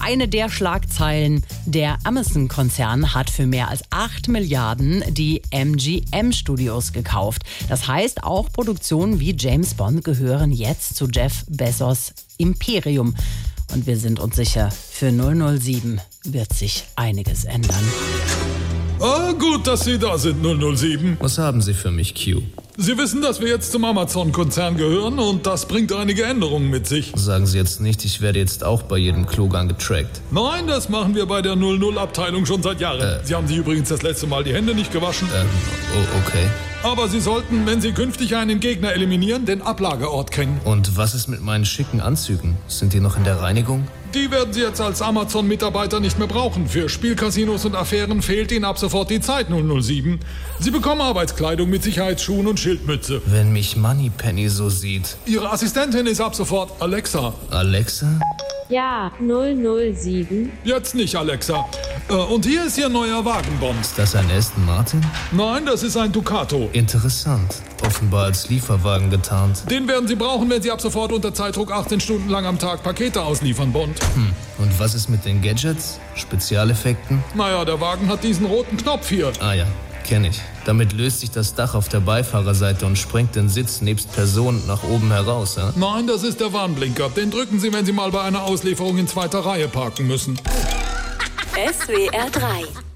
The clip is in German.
eine der Schlagzeilen. Der Amazon-Konzern hat für mehr als 8 Milliarden die MGM-Studios gekauft. Das heißt, auch Produktionen wie James Bond gehören jetzt zu Jeff Bezos Imperium. Und wir sind uns sicher, für 007 wird sich einiges ändern. Ah, gut, dass Sie da sind, 007. Was haben Sie für mich, Q? Sie wissen, dass wir jetzt zum Amazon-Konzern gehören und das bringt einige Änderungen mit sich. Sagen Sie jetzt nicht, ich werde jetzt auch bei jedem Klogang getrackt. Nein, das machen wir bei der 00-Abteilung schon seit Jahren. Äh. Sie haben sich übrigens das letzte Mal die Hände nicht gewaschen. Ähm, o- okay. Aber Sie sollten, wenn Sie künftig einen Gegner eliminieren, den Ablageort kennen. Und was ist mit meinen schicken Anzügen? Sind die noch in der Reinigung? Die werden Sie jetzt als Amazon-Mitarbeiter nicht mehr brauchen. Für Spielcasinos und Affären fehlt Ihnen ab sofort die Zeit, 007. Sie bekommen Arbeitskleidung mit Sicherheitsschuhen und Schildmütze. Wenn mich Moneypenny so sieht. Ihre Assistentin ist ab sofort Alexa. Alexa? Ja, 007. Jetzt nicht, Alexa. Äh, und hier ist Ihr neuer Wagenbond. Ist das ein Aston Martin? Nein, das ist ein Ducato. Interessant. Offenbar als Lieferwagen getarnt. Den werden Sie brauchen, wenn Sie ab sofort unter Zeitdruck 18 Stunden lang am Tag Pakete ausliefern, Bond. Und was ist mit den Gadgets? Spezialeffekten? Naja, der Wagen hat diesen roten Knopf hier. Ah ja, kenne ich. Damit löst sich das Dach auf der Beifahrerseite und sprengt den Sitz nebst Person nach oben heraus, ja? Nein, das ist der Warnblinker. Den drücken Sie, wenn Sie mal bei einer Auslieferung in zweiter Reihe parken müssen. SWR 3